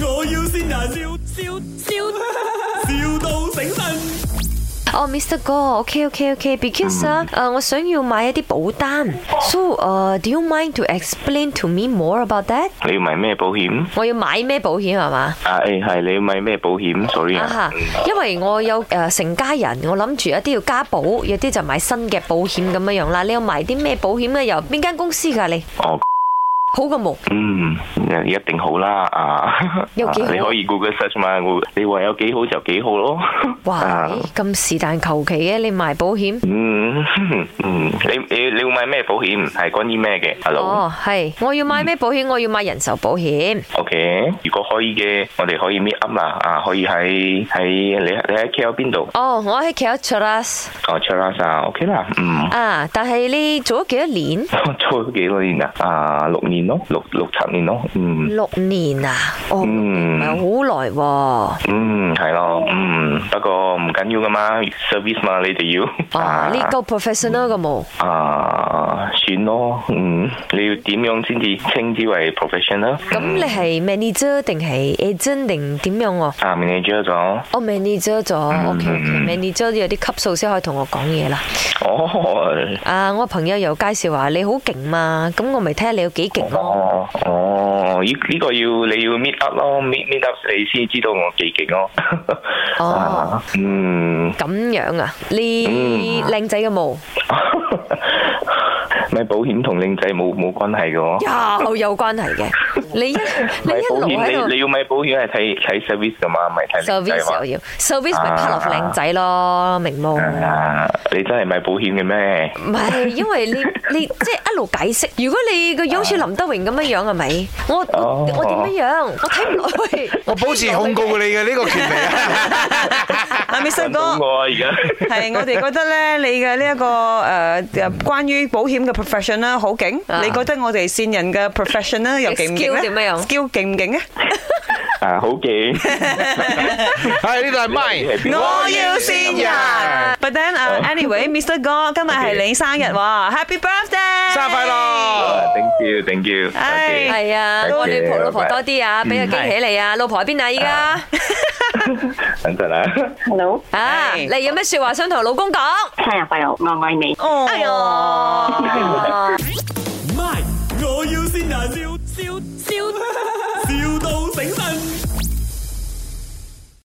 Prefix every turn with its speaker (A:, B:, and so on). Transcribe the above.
A: 要先人，笑笑笑，,笑到醒神。
B: 哦，Mr. 哥，OK OK OK，because 啊，誒我想要買一啲保單，so 誒，do you mind to explain to me more about that？
C: 你要買咩保險？
B: 我要買咩保險係嘛？
C: 啊，誒係你要買咩保險？sorry
B: 啊
C: 啊
B: 哈，，因為我有誒成家人，我諗住一啲要加保，有啲就買新嘅保險咁樣樣啦。你要買啲咩保險嘅？由邊間公司㗎你？
C: 哦，
B: 好過冇？
C: 嗯，一定好啦啊！
B: 有幾好啊
C: 你可以 Google search 嘛，我你話有幾好就幾好咯。
B: 哇
C: 啊！
B: 咁是但求其嘅，你賣保險？
C: Ừ, 嗯嗯，你你你要買咩保險？係關於咩嘅？Hello。
B: 哦，係，我要買咩保險？我要買人壽保險。
C: OK，如果可以嘅，我哋可以 meet up 啦，啊，可以喺喺你你喺 KL 邊度？
B: 哦，我喺 k e l c h u r a s
C: 哦 c h a r a s 啊，OK ừ. 啦， 嗯，
B: 啊，但係你做咗幾多年？
C: 我做咗幾多年啊？啊，六年咯，六六七年咯，嗯
B: 六年啊，哦，唔
C: Ừ. 嗯。
B: 係好耐喎。
C: 嗯，系咯，嗯，不过唔紧要噶嘛，service 嘛，你哋要
B: 哇，呢夠 professional 嘅冇？
C: 啊，算咯，嗯，你要点样先至称之为 professional？
B: 咁你係 manager 定係 agent 定點樣喎？
C: 啊，manager 咗，
B: 我 manager 咗，OK OK
C: 嗯
B: manager 有啲級數先可以同我講嘢啦。
C: 哦，
B: 啊，我朋友又介紹話你好勁嘛，咁我咪睇下你有幾勁咯。
C: 哦，哦，呢呢個要你要 meet up 咯，meet meet up 你先知道我幾勁咯。
B: 哦，
C: 啊嗯，
B: 咁樣啊，你
C: 嗯
B: 靚仔嘅冇？
C: 咪保險同靚仔冇冇關係嘅喎。
B: 有有關 係嘅，你一你
C: 買
B: 一
C: 保
B: 路喺
C: 險，
B: 度
C: 你。你要買保險係睇睇 service 噶嘛，唔係睇靚仔
B: service 又。
C: 嘛
B: 要 service 咪 part of 靚仔咯，明冇？
C: 啊！你真係買保險嘅咩？
B: 唔 係，因為你你即係一路解釋。如果你個樣好似林德榮咁樣樣係咪？我我
C: 哦
B: 我點樣樣？我睇唔落去。
D: 我保持控告你嘅呢個權利啊！
E: 阿 Mr
C: 搵到
E: 哥。
C: 我啊而家。
E: 係，我哋覺得咧，你嘅呢一個誒誒關於保險嘅 profession 啦，好勁。
B: 啊
E: 你覺得我哋線人嘅 profession 咧又勁唔勁
B: Skill
E: 咧？
B: 點樣
E: ？skill 勁唔勁咧？
C: 啊，好勁！
D: 係呢度係咪？
E: 我要線人。But then 誒
C: 哦
E: ，anyway，Mr 哥，今日係你生日喎，Happy birthday！
D: 生日快樂！
C: Ờ, Thank you，thank you。
E: 哎
B: 係啊，我女婆老婆多啲啊，俾個
D: 嗯
B: 驚喜你啊！老婆喺邊啊？依家
C: 等陣啊。
F: Hello，
B: 啊，
E: 係
B: 你有咩説話想同老公講？
F: 生日快樂，我愛你。
E: 哦
B: 哎呀！